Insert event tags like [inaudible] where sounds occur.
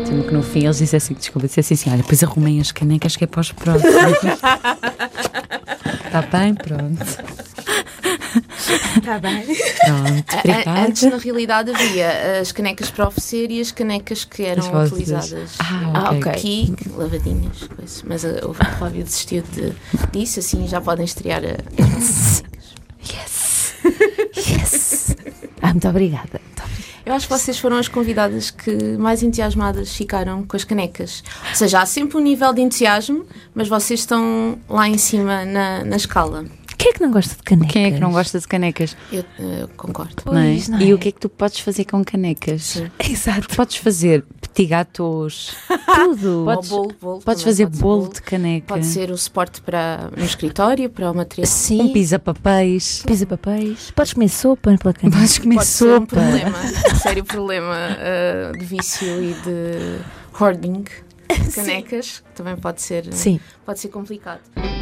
ótimo que no fim eles dissessem, desculpa, dissessem assim, olha, pois arrumem as canecas que é para os próximos. [laughs] Está bem? Pronto. Tá Está bem. Pronto. A- a- Obrigada. É, Antes, na realidade, havia as canecas para oferecer e as canecas que eram As vozes. utilizadas Ah, ok. aqui, lavadinhas, coisas. Mas eh, a- o Flávio desistiu de, disso, assim já podem estrear a- Yes. Yes. Ah, muito obrigada. Eu acho que vocês foram as convidadas que mais entusiasmadas ficaram com as canecas. Ou seja, há sempre um nível de entusiasmo, mas vocês estão lá em cima na, na escala. Quem é que não gosta de canecas? Quem é que não gosta de canecas? Eu eh, concordo. não é? Pois, não E é? o que é que tu podes fazer com canecas? Sim. Exato. Podes fazer petit [laughs] gâteaux, Tudo. Podes- Ou bolo, bolo podes também fazer pode ser bolo de caneca, Pode ser o suporte para no escritório, para o material. Sim. um pisa-papéis, Pisa papéis. Podes comer sopa pela caneca. podes comer Pode ser um sopa. problema, um sério problema eh, de vício e de hoarding de canecas, que também pode ser, Sim. pode ser complicado.